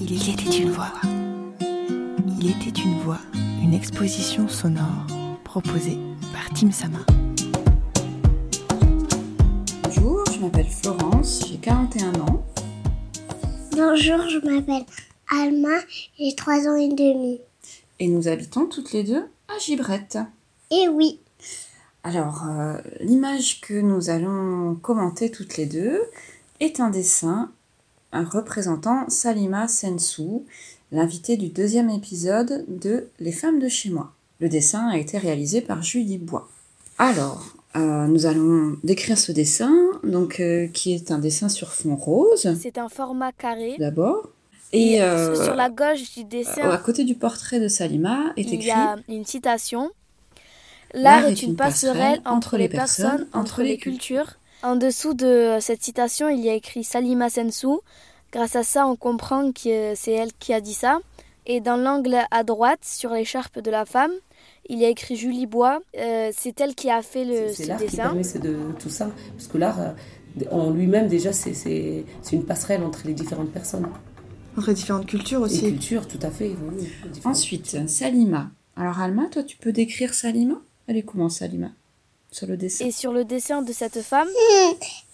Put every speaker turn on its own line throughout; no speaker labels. Il était une voix. Il était une voix, une exposition sonore proposée par Tim Sama.
Bonjour, je m'appelle Florence, j'ai 41 ans.
Bonjour, je m'appelle Alma, j'ai 3 ans et demi.
Et nous habitons toutes les deux à Gibrette.
Et oui,
Alors, euh, l'image que nous allons commenter toutes les deux est un dessin un représentant Salima Sensou, l'invitée du deuxième épisode de Les femmes de chez moi. Le dessin a été réalisé par Julie Bois. Alors, euh, nous allons décrire ce dessin, donc euh, qui est un dessin sur fond rose
C'est un format carré.
d'abord, et euh,
sur la gauche du dessin,
à côté du portrait de Salima est
il
écrit
y a une citation. L'art est une passerelle entre les personnes, entre les cultures. En dessous de euh, cette citation, il y a écrit Salima Sensou. Grâce à ça, on comprend que c'est elle qui a dit ça. Et dans l'angle à droite, sur l'écharpe de la femme, il y a écrit Julie Bois. Euh, c'est elle qui a fait le, Euh,
C'est
ce
l'art qui
dessin.
permet c'est de tout ça, parce que l'art euh, en lui-même déjà c'est- c'est c'est une passerelle entre les différentes personnes,
Entre les différentes cultures
les
aussi.
cultures, tout à fait. oui, les différentes
Ensuite, Salima. Alors Alma, toi tu peux décrire Salima Elle est comment Salima Sur le dessin
Et sur le dessin de cette femme,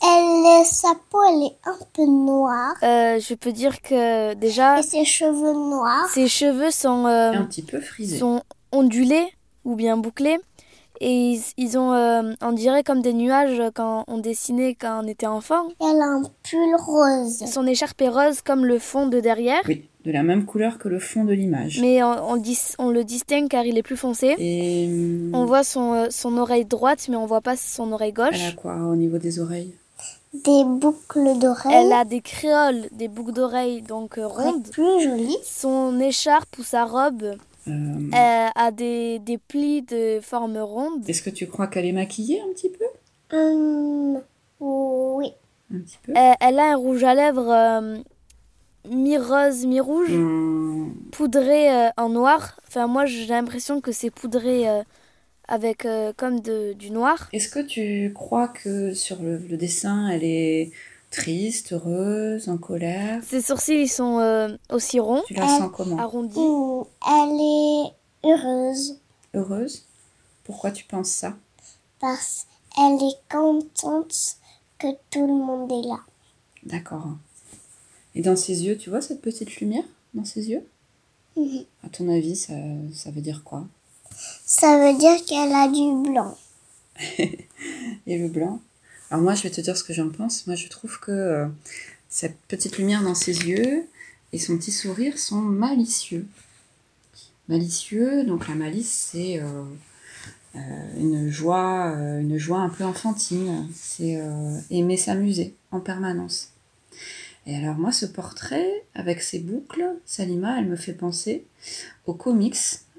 elle, sa peau elle est un peu noire
euh, je peux dire que déjà,
et ses cheveux noirs.
ses cheveux sont... euh,
Un petit peu frisé.
sont ondulés ou bien bouclés. Et ils, ils ont, euh, on dirait, comme des nuages quand on dessinait quand on était enfant.
Elle a un pull rose.
Son écharpe est rose comme le fond de derrière,
Oui, de la même couleur que le fond de l'image.
mais on, on dis- on le distingue car il est plus foncé.
Et hum,
On voit son, euh, son oreille droite, mais on voit pas son oreille
elle a
gauche.
quoi au niveau des oreilles
Des boucles d'oreilles.
Elle a des créoles, des boucles d'oreilles donc euh, rondes.
plus jolie.
Son écharpe ou sa robe euh,
Euh,
a des, des plis de forme ronde.
Est-ce que tu crois qu'elle est maquillée un petit peu
Hum, oui.
Un petit peu.
Euh, elle a un rouge à lèvres euh, mi-rose, mi-rouge.
Hum,
poudré euh, en noir. Enfin, moi, j'ai l'impression que c'est poudré euh, avec euh, comme de, du noir.
Est-ce que tu crois que sur le, le dessin, elle est triste, heureuse, en colère
Ses sourcils, ils sont euh, ah. aussi ronds,
Tu la
Elle-
sens comment
arrondis.
Hum, elle est heureuse
Heureuse Pourquoi tu penses ça
parce qu'elle est contente que tout le monde est là.
D'accord. Et dans ses yeux, tu vois cette petite lumière dans ses yeux
Mhm.
À ton avis, ça, ça veut dire quoi
Ça veut dire qu'elle a du blanc.
Et le blanc Alors moi, je vais te dire ce que j'en pense. Moi, je trouve que euh, cette petite lumière dans ses yeux et son petit sourire sont malicieux. Malicieux, donc la malice, c'est euh, euh, une joie, euh, une joie un peu enfantine. C'est euh, aimer s'amuser en permanence. Et alors moi, ce portrait, avec ses boucles, Salima, elle me fait penser aux comics.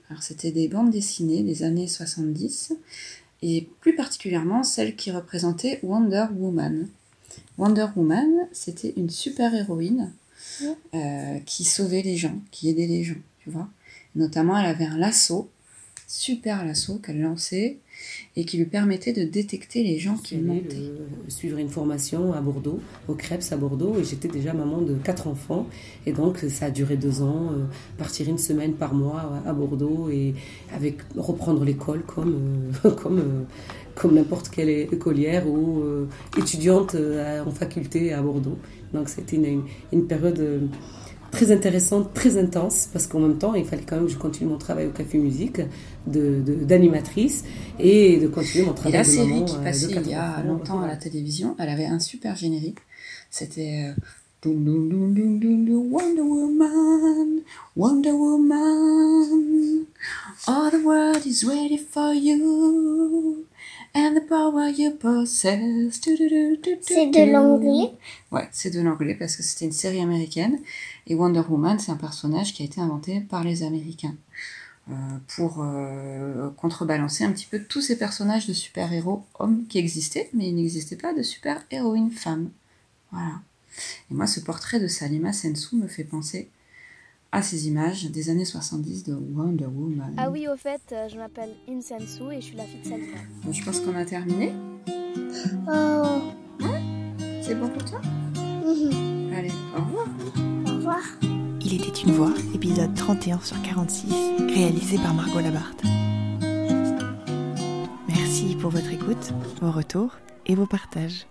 Alors c'était des bandes dessinées des années 70, et plus particulièrement celle qui représentait Wonder Woman. Wonder Woman, c'était une super-héroïne
Ouais.
euh, qui sauvait les gens, qui aidait les gens, tu vois. Notamment, elle avait un lasso, super lasso qu'elle lançait, et qui lui permettait de détecter les gens qui
J'allais,
mentaient.
euh, suivre une formation à Bordeaux, au Krebs à Bordeaux, et j'étais déjà maman de quatre enfants. Et donc, ça a duré deux ans, euh, partir une semaine par mois à à Bordeaux et avec reprendre l'école comme, euh, comme, euh, comme n'importe quelle é- écolière ou euh, étudiante euh, à- en faculté à Bordeaux. Donc, c'était une, une- une période euh, très intéressante, très intense, parce qu'en même temps, il fallait quand même que je continue mon travail au Café Musique de- de- d'animatrice et de continuer mon travail.
Et la
de
série
maman,
qui
euh, de
passait il y a
80,
longtemps à la
voilà.
télévision, elle avait un super générique. C'était euh, Doum, doum, doum, doum, doum, doum, Wonder Woman, Wonder Woman. All the world is ready for you. And the power you possess. Tu, tu, tu, tu, tu,
C'est de
tu.
l'anglais
Ouais, c'est de l'anglais parce que c'était une série américaine. Et Wonder Woman, c'est un personnage qui a été inventé par les Américains euh, pour euh, contrebalancer un petit peu tous ces personnages de super-héros hommes qui existaient, mais il n'existait pas de super-héroïne femme. Voilà. Et moi, ce portrait de Salima Sensou me fait penser à ces images des années 70 de Wonder Woman.
Ah oui, au fait, euh, je m'appelle Insensu et je suis la fille de Salima.
Bon, je pense qu'on a terminé.
Oh.
C'est bon pour toi
mhm.
Allez, au revoir.
Au revoir.
Il Il était une voix, épisode 31 sur 46, réalisé par Margot Labarthe. Merci pour votre écoute, vos retours et vos partages.